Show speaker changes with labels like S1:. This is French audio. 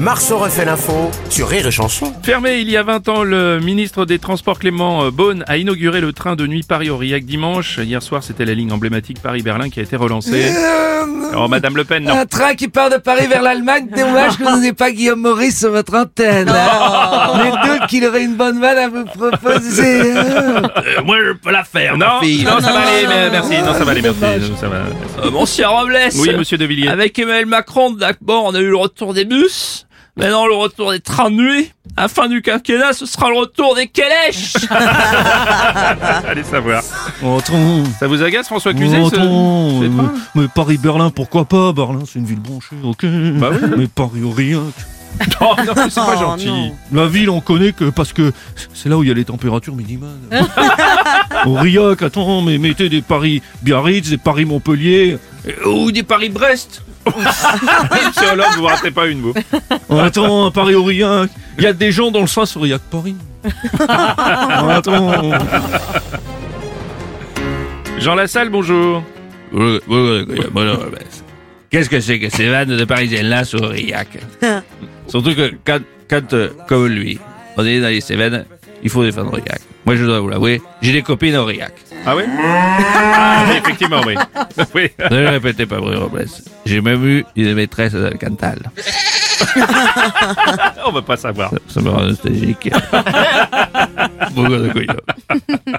S1: Marceau refait l'info sur Rire et Chanson.
S2: Fermé il y a 20 ans, le ministre des Transports Clément euh, Beaune a inauguré le train de nuit Paris-Aurillac dimanche. Hier soir, c'était la ligne emblématique Paris-Berlin qui a été relancée. Oh, Madame Le Pen, non.
S3: Euh, Un train qui part de Paris vers l'Allemagne, dommage que vous n'ayez pas Guillaume Maurice sur votre antenne. hein. Mais doute qu'il aurait une bonne vanne à vous proposer. hein.
S4: moi, je peux la faire,
S2: Non, Ah, non, ça va aller, mais- merci, non, ça va aller, merci, non, ça va.
S4: mon cher Euh, Robles.
S2: Oui, monsieur De Villiers.
S4: Avec Emmanuel Macron, d'abord, on a eu le retour des bus. Maintenant, le retour des trains de nuit. À la fin du quinquennat, ce sera le retour des calèches.
S2: Allez savoir.
S5: Oh, train,
S2: Ça vous agace, François Cluzet,
S5: oh,
S2: ce-
S5: train,
S2: ce
S5: euh,
S2: train
S5: mais Paris-Berlin, pourquoi pas Berlin, Hein, c'est une ville branchée, ok.
S2: Bah oui.
S5: Mais Paris-Aurillac.
S2: Oh, non, c'est pas gentil.
S5: La ville, on connaît que parce que c'est là où il y a les températures minimales. Aurillac, attends, mais mettez des Paris-Biarritz, des Paris-Montpellier.
S4: Euh, Ou des Paris-Brest.
S2: Monsieur Hollande, vous vous ratez pas une, vous.
S5: Oh, attends, un Paris-Aurillac. Il y a des gens dans le sens Aurillac-Paris. Oh, attends.
S2: Jean Lassalle, bonjour.
S4: Qu'est-ce que c'est que ces vannes de Parisiens là sur Aurillac Surtout que quand, quand, euh, comme lui, on est dans les Cévennes, il faut défendre Aurillac. Moi, je dois vous l'avouer, j'ai des copines à Aurillac.
S2: Ah oui Ah oui, effectivement, oui. Oui.
S4: Ne le répétez pas, Bruno Robles. J'ai même eu une maîtresse dans le Cantal.
S2: On va pas savoir.
S4: Ça me rend nostalgique. Beaucoup de couilles.